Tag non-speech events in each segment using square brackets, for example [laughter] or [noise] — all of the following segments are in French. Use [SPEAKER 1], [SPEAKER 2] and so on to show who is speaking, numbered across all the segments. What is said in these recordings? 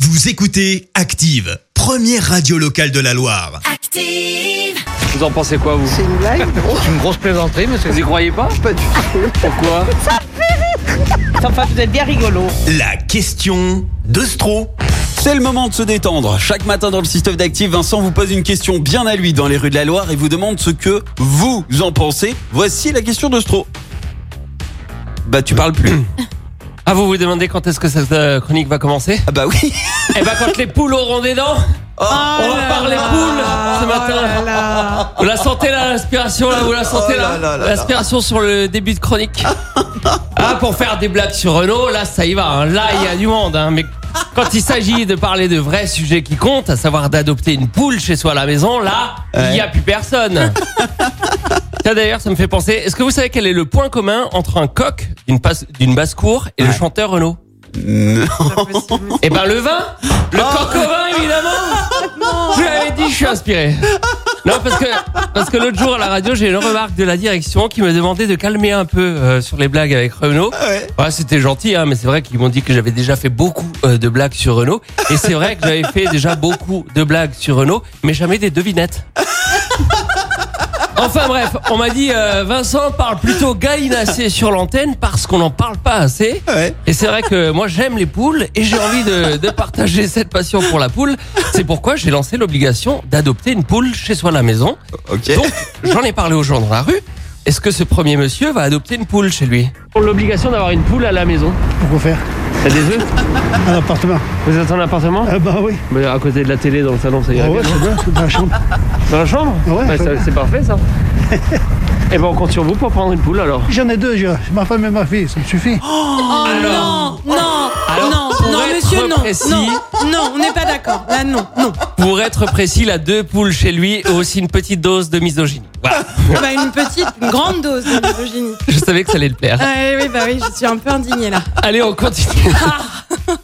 [SPEAKER 1] Vous écoutez Active, première radio locale de la Loire.
[SPEAKER 2] Active.
[SPEAKER 3] Vous en pensez quoi, vous
[SPEAKER 4] C'est une
[SPEAKER 3] [laughs]
[SPEAKER 4] blague drôle,
[SPEAKER 3] Une grosse plaisanterie, monsieur Vous y croyez pas
[SPEAKER 4] pas du tout.
[SPEAKER 3] Pourquoi
[SPEAKER 4] Enfin, vous êtes bien rigolo.
[SPEAKER 1] La question de Stro.
[SPEAKER 5] C'est le moment de se détendre. Chaque matin dans le système d'Active, Vincent vous pose une question bien à lui dans les rues de la Loire et vous demande ce que vous en pensez. Voici la question de Stro. Bah tu parles
[SPEAKER 1] [clears throat]
[SPEAKER 5] plus.
[SPEAKER 3] Ah, vous vous demandez quand est-ce que cette euh, chronique va commencer
[SPEAKER 5] Ah bah
[SPEAKER 1] [laughs]
[SPEAKER 5] oui.
[SPEAKER 3] Eh ben, quand les poules auront des dents
[SPEAKER 5] Oh, Ah,
[SPEAKER 3] On va parler poules ce matin Vous la sentez là, l'aspiration là Vous la sentez
[SPEAKER 5] Oh là là
[SPEAKER 3] là
[SPEAKER 5] là là.
[SPEAKER 3] L'aspiration sur le début de chronique Ah, pour faire des blagues sur Renault, là, ça y va hein. Là, il y a du monde, hein. mais... Quand il s'agit de parler de vrais sujets qui comptent, à savoir d'adopter une poule chez soi à la maison, là, il n'y a plus personne. Ça d'ailleurs, ça me fait penser. Est-ce que vous savez quel est le point commun entre un coq d'une passe- d'une basse-cour et le chanteur Renault Eh ben le vin, le coq au vin évidemment. Je l'avais dit, je suis inspiré. Non parce que parce que l'autre jour à la radio, j'ai une remarque de la direction qui me demandait de calmer un peu euh, sur les blagues avec Renault.
[SPEAKER 5] ouais.
[SPEAKER 3] Ouais, c'était gentil, hein, mais c'est vrai qu'ils m'ont dit que j'avais déjà fait beaucoup euh, de blagues sur Renault. Et c'est vrai que j'avais fait déjà beaucoup de blagues sur Renault, mais jamais des devinettes. Enfin bref, on m'a dit euh, Vincent parle plutôt gallinacé sur l'antenne parce qu'on n'en parle pas assez.
[SPEAKER 1] Ah
[SPEAKER 5] Ouais.
[SPEAKER 3] Et c'est vrai que moi j'aime les poules et j'ai envie de, de partager cette passion pour la poule. C'est pourquoi j'ai lancé l'obligation d'adopter une poule chez soi à la maison.
[SPEAKER 5] Ok.
[SPEAKER 3] Donc, j'en ai parlé aux gens dans la rue. Est-ce que ce premier monsieur va adopter une poule chez lui Pour l'obligation d'avoir une poule à la maison.
[SPEAKER 6] Pourquoi faire
[SPEAKER 3] T'as des œufs
[SPEAKER 6] Un appartement
[SPEAKER 3] Vous êtes en appartement
[SPEAKER 6] Ah bah oui.
[SPEAKER 3] Mais à côté de la télé dans le salon, ça
[SPEAKER 6] Ah ouais, c'est bien, c'est dans la chambre.
[SPEAKER 3] Dans la chambre
[SPEAKER 6] Ouais, Bah, ça-
[SPEAKER 3] C'est parfait
[SPEAKER 6] [laughs]
[SPEAKER 3] ça. Et ben on compte sur vous pour prendre une poule alors.
[SPEAKER 6] J'en ai deux, j'ai ma femme et ma fille, ça me suffit.
[SPEAKER 7] Oh
[SPEAKER 3] Alors-
[SPEAKER 7] non, non,
[SPEAKER 3] Alors, pour
[SPEAKER 7] non, non,
[SPEAKER 3] être
[SPEAKER 7] monsieur, non,
[SPEAKER 3] précis-
[SPEAKER 7] non, non, on n'est pas d'accord. Là, non, non.
[SPEAKER 3] Pour être précis, il a deux poules chez lui et aussi une petite dose de misogynie. Voilà.
[SPEAKER 7] Bah, une petite, une grande dose de misogynie.
[SPEAKER 3] Je savais que ça allait le plaire.
[SPEAKER 7] Ah, oui, oui, bah oui, je suis un peu indignée là.
[SPEAKER 3] [laughs] Allez, on continue.
[SPEAKER 7] Ah.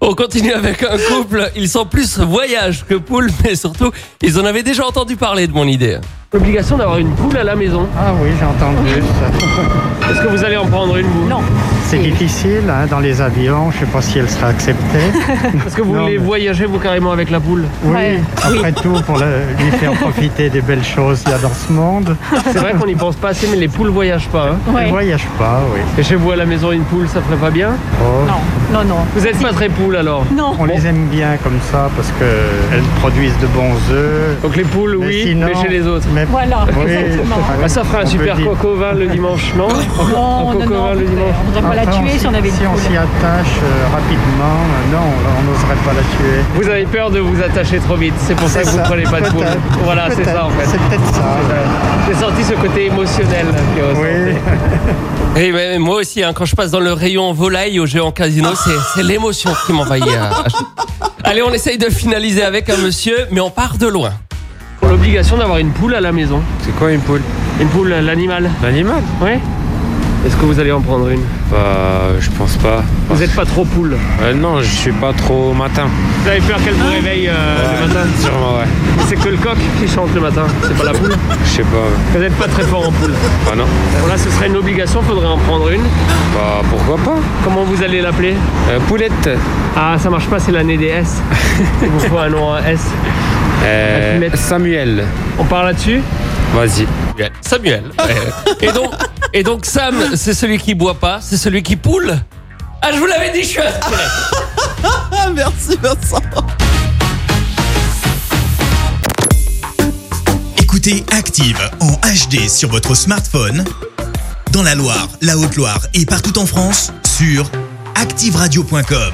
[SPEAKER 3] On continue avec un couple. Ils sont plus voyage que poule, mais surtout, ils en avaient déjà entendu parler de mon idée. L'obligation d'avoir une poule à la maison.
[SPEAKER 6] Ah oui, j'ai entendu ça.
[SPEAKER 3] Est-ce que vous allez en prendre une vous Non.
[SPEAKER 6] C'est difficile hein, dans les avions, je sais pas si elle sera acceptée.
[SPEAKER 3] Est-ce que vous
[SPEAKER 6] Non,
[SPEAKER 3] voulez
[SPEAKER 6] mais-
[SPEAKER 3] voyager vous carrément avec la poule
[SPEAKER 6] Oui, après tout, pour le- lui faire profiter des belles choses qu'il y a dans ce monde.
[SPEAKER 3] C'est vrai qu'on n'y pense pas assez, mais les poules voyagent pas. hein.
[SPEAKER 6] Elle voyage pas, oui.
[SPEAKER 3] Et chez vous à la maison, une poule, ça ferait pas bien
[SPEAKER 6] Oh,
[SPEAKER 3] Vous êtes pas très poule alors
[SPEAKER 6] On les aime bien comme ça parce qu'elles produisent de bons œufs.
[SPEAKER 3] Donc les poules,
[SPEAKER 6] Mais
[SPEAKER 3] oui,
[SPEAKER 6] sinon-
[SPEAKER 3] mais chez les autres.
[SPEAKER 6] Mais... Voilà,
[SPEAKER 3] Bah, ça ferait un super coco au vin le dimanche, non Un coco au vin le dimanche. Ah,
[SPEAKER 6] pas la tuer si on avait Si on s'y attache euh, rapidement, euh, non, on n'oserait pas la tuer.
[SPEAKER 3] Vous avez peur de vous attacher trop vite, c'est pour ça
[SPEAKER 6] C'est
[SPEAKER 3] que vous
[SPEAKER 6] ça,
[SPEAKER 3] prenez pas de poule.
[SPEAKER 6] peut-être.
[SPEAKER 3] Voilà, c'est
[SPEAKER 6] Peut-être,
[SPEAKER 3] ça en
[SPEAKER 6] C'est
[SPEAKER 3] fait.
[SPEAKER 6] peut-être ça.
[SPEAKER 3] J'ai senti ce côté émotionnel qui
[SPEAKER 6] Oui.
[SPEAKER 3] Et moi aussi, hein, quand je passe dans le rayon volaille au géant casino, c'est c'est l'émotion qui m'envahit. [laughs] à- à chaque- Allez, on essaye de finaliser avec un monsieur, mais on part de loin. Pour l'obligation d'avoir une poule à la maison.
[SPEAKER 8] C'est quoi une poule
[SPEAKER 3] Une poule, l'animal.
[SPEAKER 8] L'animal
[SPEAKER 3] Ouais. Est-ce que vous allez en prendre une
[SPEAKER 8] Bah, je pense pas.
[SPEAKER 3] Vous n'êtes pas trop poule.
[SPEAKER 8] Euh, non, je suis pas trop matin.
[SPEAKER 3] Vous avez peur qu'elle vous réveille euh, le matin
[SPEAKER 8] Sûrement, Ah. ouais.
[SPEAKER 3] C'est que le coq qui chante le matin, c'est pas la
[SPEAKER 8] [laughs]
[SPEAKER 3] poule.
[SPEAKER 8] Je sais pas. ouais.
[SPEAKER 3] Vous n'êtes pas très fort en poule.
[SPEAKER 8] Bah, non.
[SPEAKER 3] Bon là, ce serait une obligation, faudrait en prendre une.
[SPEAKER 8] Bah, pourquoi pas
[SPEAKER 3] Comment vous allez l'appeler
[SPEAKER 8] Euh, Poulette.
[SPEAKER 3] Ah, ça marche pas, c'est l'année des S. Il vous faut un nom à S. La
[SPEAKER 8] Euh,
[SPEAKER 3] poulette.
[SPEAKER 8] Samuel.
[SPEAKER 3] On part là-dessus
[SPEAKER 8] Vas-y.
[SPEAKER 3] Samuel. Et donc, et donc Sam, c'est celui qui boit pas, c'est celui qui poule Ah, je vous l'avais dit, je suis inspiré.
[SPEAKER 5] Ah, merci Vincent.
[SPEAKER 1] Écoutez Active en HD sur votre smartphone, dans la Loire, la Haute-Loire et partout en France, sur activeradio.com.